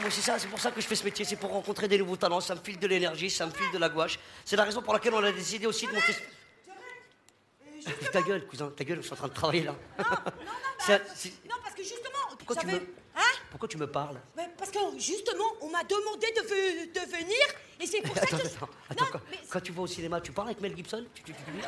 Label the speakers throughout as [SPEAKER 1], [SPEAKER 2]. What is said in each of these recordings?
[SPEAKER 1] moi, c'est ça, c'est pour ça que je fais ce métier, c'est pour rencontrer des nouveaux talents, ça me file de l'énergie, ça me file de la gouache. C'est la raison pour laquelle on a décidé aussi de monter. ce- Ah, Ta gueule, cousin, ta gueule, je suis en train de travailler là.
[SPEAKER 2] Non, non, bah,
[SPEAKER 1] Ça, c'est-
[SPEAKER 2] non, parce que justement,
[SPEAKER 1] Pourquoi tu
[SPEAKER 2] j'avais-
[SPEAKER 1] me-
[SPEAKER 2] Hein
[SPEAKER 1] Pourquoi tu me parles
[SPEAKER 2] Mais Parce que justement, on m'a demandé de, ve- de venir, et c'est pour ça
[SPEAKER 1] Attends,
[SPEAKER 2] que...
[SPEAKER 1] attends, attends.
[SPEAKER 2] non,
[SPEAKER 1] quand,
[SPEAKER 2] mais-
[SPEAKER 1] quand tu vas au cinéma, tu parles avec Mel Gibson Tu, tu, tu, tu lui dis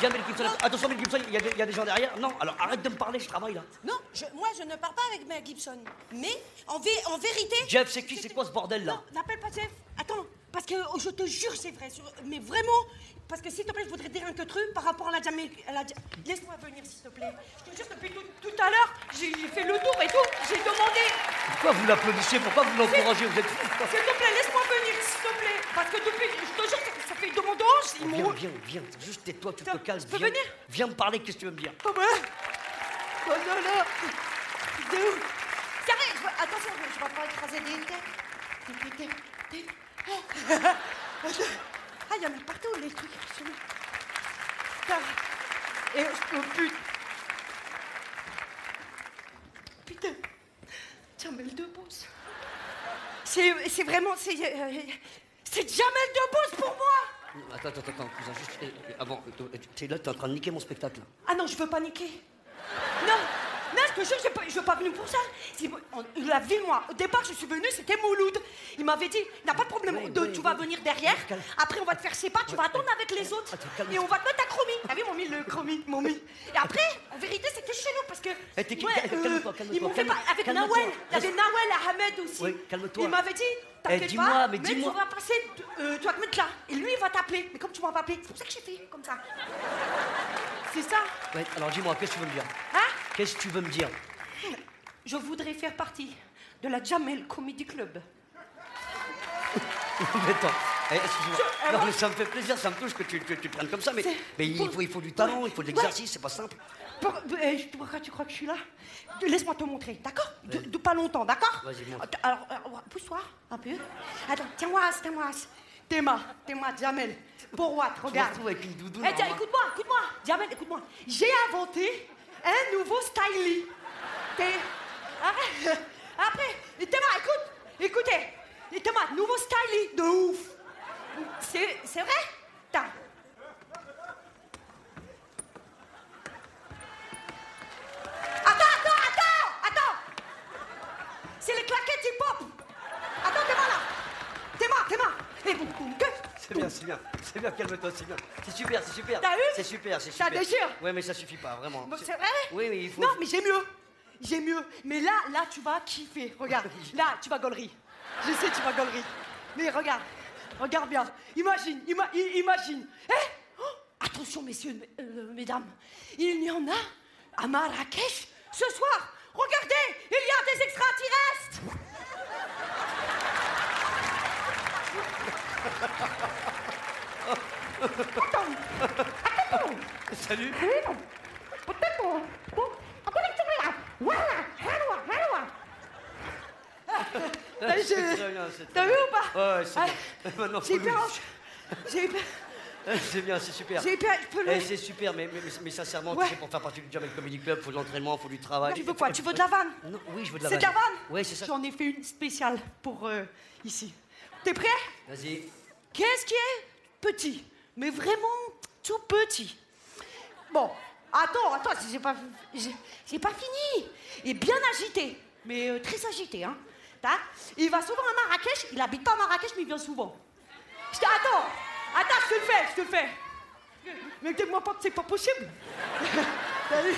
[SPEAKER 1] Viens, Mel Gibson. Attention, Mel Gibson, il y, a des- il y a des gens derrière. Non, alors arrête de me parler, je travaille là.
[SPEAKER 2] non, je- moi, je ne parle pas avec Mel Gibson. Mais, en, vé- en vérité...
[SPEAKER 1] Jeff, c'est qui C'est quoi ce bordel là
[SPEAKER 2] Non, n'appelle pas Jeff. Attends, parce que oh, je te jure, c'est vrai. sur- Mais vraiment, parce que s'il te plaît, je voudrais dire un que truc par rapport à la Jamaïque. à la Ja- Laisse-moi venir, s'il te plaît. Je te jure, depuis tout, tout à l'heure, j'ai fait le tour et tout. J'ai demandé,
[SPEAKER 1] Pourquoi vous l'applaudissez Pourquoi vous l'encouragez Vous êtes fous quoi
[SPEAKER 2] s'il te plaît, laisse-moi venir, s'il te plaît. Parce que depuis, je te jure, ça- ça fait demande d'ange. Ils
[SPEAKER 1] Viens,
[SPEAKER 2] m'ont.
[SPEAKER 1] viens, viens. Juste tais-toi, tu te
[SPEAKER 2] Attends,
[SPEAKER 1] calmes.
[SPEAKER 2] je peux
[SPEAKER 1] viens,
[SPEAKER 2] venir
[SPEAKER 1] viens me parler, qu'est-ce que tu veux me dire
[SPEAKER 2] Comment Oh non, là De ouf Carré, je veux- attention, je ne vais pas écraser des têtes. Des- des- des- des- Oh. Ah, il y en a partout, les trucs. je sais pas. Putain. Et oh, je peux plus. Putain. Tiens, mais le deux pouces. C'est c'est vraiment. C'est euh, c'est jamais le deux pouces pour moi
[SPEAKER 1] Attends, attends, attends, cousin, juste euh, avant, euh, t'es là, t'es en train de niquer mon spectacle.
[SPEAKER 2] Ah non, je veux pas niquer. Non, non, je te jure, je suis pas- je suis pas venue pour ça. C'est- on- La ville, moi, au départ, je suis venue, c'était Mouloud. Il m'avait dit, n'a pas de problème,
[SPEAKER 1] Ouais,
[SPEAKER 2] de-
[SPEAKER 1] ouais,
[SPEAKER 2] tu vas
[SPEAKER 1] ouais.
[SPEAKER 2] venir derrière.
[SPEAKER 1] Calme. Ah,
[SPEAKER 2] Après, on va te faire séparer, tu vas attendre avec les autres.
[SPEAKER 1] Attends, calme.
[SPEAKER 2] Et on va te mettre à chromie. Ah oui, mon mis le chromie, mon mis. Et après, en vérité, c'était chelou parce que.
[SPEAKER 1] Eh, t'es qui-
[SPEAKER 2] ouais,
[SPEAKER 1] calme- calme-toi,
[SPEAKER 2] euh,
[SPEAKER 1] calme-toi,
[SPEAKER 2] Ils m'ont fait
[SPEAKER 1] calme-
[SPEAKER 2] pas- avec
[SPEAKER 1] calme-toi.
[SPEAKER 2] Nawel. Il y avait
[SPEAKER 1] Reste-
[SPEAKER 2] Nawel et Ahmed aussi.
[SPEAKER 1] Ouais, calme-toi.
[SPEAKER 2] Il m'avait dit, t'inquiète
[SPEAKER 1] Eh, dis-moi,
[SPEAKER 2] pas,
[SPEAKER 1] mais
[SPEAKER 2] mais
[SPEAKER 1] dis-moi.
[SPEAKER 2] tu vas passer, euh, tu vas te mettre là. Et lui, il va t'appeler. Mais comme tu m'as pas appelé, c'est pour ça que j'ai fait comme ça. C'est ça.
[SPEAKER 1] Ouais, alors dis-moi, qu'est-ce que tu veux me dire
[SPEAKER 2] Hein
[SPEAKER 1] Qu'est-ce que tu veux me dire
[SPEAKER 2] Je voudrais faire partie de la Jamel Comedy Club.
[SPEAKER 1] Mais attends, eh, excuse-moi.
[SPEAKER 2] Je- alors-
[SPEAKER 1] Non, mais ça me fait plaisir, ça me touche que tu, tu, tu te prennes comme ça, mais,
[SPEAKER 2] C'est-
[SPEAKER 1] mais il, faut, il faut du talent, il faut de
[SPEAKER 2] Ouais.
[SPEAKER 1] l'exercice, c'est pas simple.
[SPEAKER 2] Pour- euh, je- pourquoi tu crois que je suis là De- Laisse-moi te montrer, d'accord de, de pas longtemps, d'accord
[SPEAKER 1] Vas-y, montre.
[SPEAKER 2] Att- Alors, euh, ouais, pousse-toi un peu. Attends, tiens-moi, tiens-moi. Téma, Téma, Jamel. Borouat, regarde.
[SPEAKER 1] retrouve avec une doudoune, hein
[SPEAKER 2] Eh, tiens,
[SPEAKER 1] alors,
[SPEAKER 2] écoute-moi, écoute-moi. Jamel, écoute-moi. J'ai inventé un nouveau styling. T'es. Arrête. Après, Téma, écoute. Écoutez. Téma, nouveau styling de ouf. C'est c'est vrai T'as. Attends, attends, attends, attends. C'est les claquettes hip-hop. Attends, t'es là. T'es mort, t'es mort. Et boum, boum, que-
[SPEAKER 1] C'est bien, c'est bien, c'est bien, calme-toi, c'est bien. C'est super, c'est super.
[SPEAKER 2] T'as vu
[SPEAKER 1] C'est super, c'est
[SPEAKER 2] Ça
[SPEAKER 1] super.
[SPEAKER 2] déchire
[SPEAKER 1] Ouais, mais ça suffit pas, vraiment.
[SPEAKER 2] Bon, C'est vrai
[SPEAKER 1] Oui, oui, il faut.
[SPEAKER 2] Non, mais j'ai mieux. J'ai mieux. Mais là, là, tu vas kiffer. Regarde. Là, tu vas gaulerie. Je sais, tu vas gaulerie. Mais regarde. Regarde bien. Imagine, ima- i- imagine. Eh Oh Attention, messieurs, mes- euh, mesdames. Il y en a à Marrakech ce soir. Regardez, il y a des extras qui restent.
[SPEAKER 1] Salut
[SPEAKER 2] T'as vu,
[SPEAKER 1] C'est
[SPEAKER 2] j'ai-
[SPEAKER 1] très bien, Euh, c'est
[SPEAKER 2] Eh, T'as
[SPEAKER 1] très
[SPEAKER 2] vu Ah, ou pas
[SPEAKER 1] Ouais, c'est bien. Maintenant,
[SPEAKER 2] J'ai
[SPEAKER 1] faut le-
[SPEAKER 2] peur. J'ai peur.
[SPEAKER 1] C'est bien, c'est super.
[SPEAKER 2] J'ai peur. Je peux le-
[SPEAKER 1] Eh, c'est super, mais, mais, mais sincèrement,
[SPEAKER 2] Ouais.
[SPEAKER 1] tu sais, pour faire partie du Jamel Comedy Club, faut de l'entraînement, faut du travail.
[SPEAKER 2] Tu veux quoi Tu veux de la vanne
[SPEAKER 1] Non, oui, je veux de la
[SPEAKER 2] C'est de la vanne
[SPEAKER 1] Ouais, c'est ça.
[SPEAKER 2] J'en ai fait une spéciale pour euh, ici. T'es prêt
[SPEAKER 1] Vas-y.
[SPEAKER 2] Qu'est-ce qui est petit Mais vraiment tout petit. Bon, attends, attends, j'ai pas, j'ai- j'ai pas fini. Il est bien agité, mais euh, très agité, hein. Tac. Il va souvent à Marrakech. Il habite pas à Marrakech, mais il vient souvent. Je te- Attends, attends, je te le fais, je te le fais. Mais dis-moi pas que c'est pas possible. T'as vu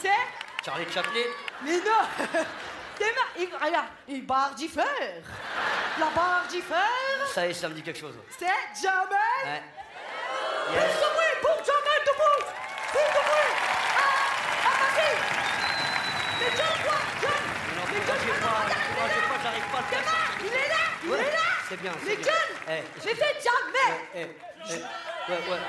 [SPEAKER 2] C'est
[SPEAKER 1] Charlie Chaplin
[SPEAKER 2] mais non T'es mar- il, Regarde, il barre d'y faire La barre d'y faire,
[SPEAKER 1] Ça y est, ça me dit quelque chose.
[SPEAKER 2] c'est Jamel
[SPEAKER 1] Ouais.
[SPEAKER 2] Plus
[SPEAKER 1] Yes.
[SPEAKER 2] de bruit pour Jamel debout Plus de bruit Ah, ah, vas-y Mais John, quoi John
[SPEAKER 1] Mais non,
[SPEAKER 2] Mais John,
[SPEAKER 1] encouragez pas, encouragez
[SPEAKER 2] regarde, il est là
[SPEAKER 1] pas, j'arrive pas à le
[SPEAKER 2] T'es
[SPEAKER 1] faire.
[SPEAKER 2] mar- il est là Il
[SPEAKER 1] Ouais,
[SPEAKER 2] est là
[SPEAKER 1] c'est bien, c'est
[SPEAKER 2] Mais
[SPEAKER 1] bien.
[SPEAKER 2] John
[SPEAKER 1] Eh,
[SPEAKER 2] Mais c'est Jamel
[SPEAKER 1] Eh, eh, Ouais, ouais. Ouais,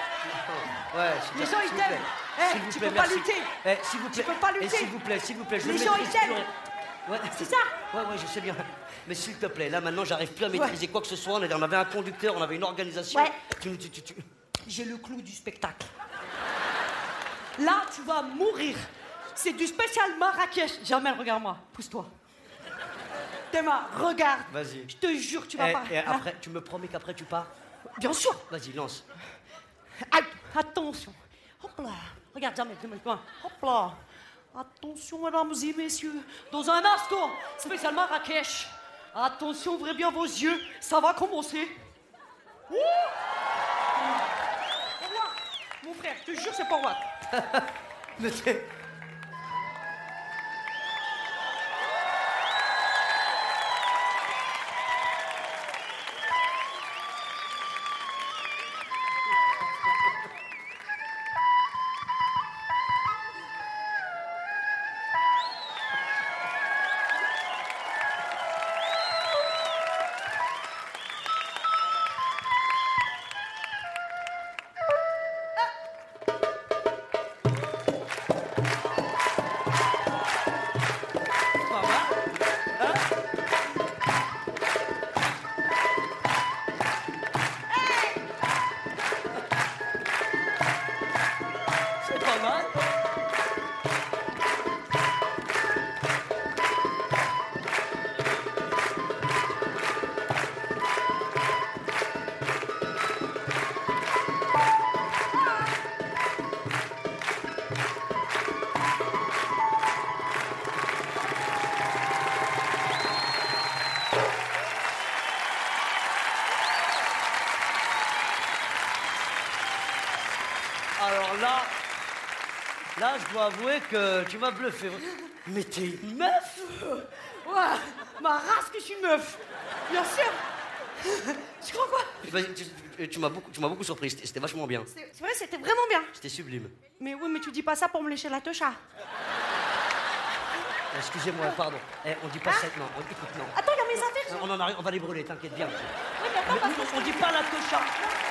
[SPEAKER 1] super, s'il
[SPEAKER 2] Les gens, ils
[SPEAKER 1] vous
[SPEAKER 2] t'aiment.
[SPEAKER 1] plaît.
[SPEAKER 2] Eh,
[SPEAKER 1] S'il vous
[SPEAKER 2] tu
[SPEAKER 1] plaît,
[SPEAKER 2] peux pas
[SPEAKER 1] merci.
[SPEAKER 2] lutter.
[SPEAKER 1] Eh, s'il vous plaît.
[SPEAKER 2] peux pas
[SPEAKER 1] Eh,
[SPEAKER 2] lutter.
[SPEAKER 1] s'il vous plaît, s'il vous plaît, je
[SPEAKER 2] Les
[SPEAKER 1] maîtrise
[SPEAKER 2] gens, ils t'aiment.
[SPEAKER 1] plus rien. Ouais.
[SPEAKER 2] C'est ça.
[SPEAKER 1] Ouais, ouais, je sais bien. Mais s'il te plaît, là maintenant, j'arrive plus à maîtriser quoi que ce soit. On est- on avait un conducteur, on avait une organisation.
[SPEAKER 2] Ouais.
[SPEAKER 1] Tu, nous- tu, tu, tu-
[SPEAKER 2] J'ai le clou du spectacle. Là, tu vas mourir. C'est du spécial Marrakech. Jamel, regarde-moi. Pousse-toi. Thomas, regarde.
[SPEAKER 1] Vas-y.
[SPEAKER 2] Je te jure, tu vas
[SPEAKER 1] Et,
[SPEAKER 2] pas.
[SPEAKER 1] et
[SPEAKER 2] Hein
[SPEAKER 1] Eh, après, tu me promets qu'après tu pars
[SPEAKER 2] Bien sûr.
[SPEAKER 1] Vas-y, lance.
[SPEAKER 2] A- Attention. Hop là. Regarde, jamais. jamais, jamais. Hop là. Attention, mesdames et messieurs. Dans un instant, spécialement Rakesh. Attention, ouvrez bien vos yeux. Ça va commencer. Ouh Au revoir. Mon frère, je te jure, c'est pas moi.
[SPEAKER 1] Mais t'es-
[SPEAKER 2] Pas mal. Hein Hein
[SPEAKER 1] c'est pas mal.
[SPEAKER 2] Hein
[SPEAKER 1] Alors là, là, je dois avouer que tu m'as bluffé. Mais t'es une meuf
[SPEAKER 2] Ouais, ma race que je suis meuf. Bien sûr. Tu crois quoi
[SPEAKER 1] Vas-y, tu, tu m'as beaucoup, tu m'as beaucoup surprise. C'était vachement bien.
[SPEAKER 2] C'est c'est vrai, c'était vraiment bien.
[SPEAKER 1] C'était sublime.
[SPEAKER 2] Mais oui, mais tu dis pas ça pour me lécher la techa.
[SPEAKER 1] Excusez-moi, pardon. Eh, on dit pas
[SPEAKER 2] Hein
[SPEAKER 1] cette non. On, écoute, non.
[SPEAKER 2] Attends, il y a mes affaires.
[SPEAKER 1] On en arrive, on va les brûler, t'inquiète bien.
[SPEAKER 2] Oui, mais attends,
[SPEAKER 1] Mais
[SPEAKER 2] parce
[SPEAKER 1] on, on dit pas la tocha.
[SPEAKER 2] que-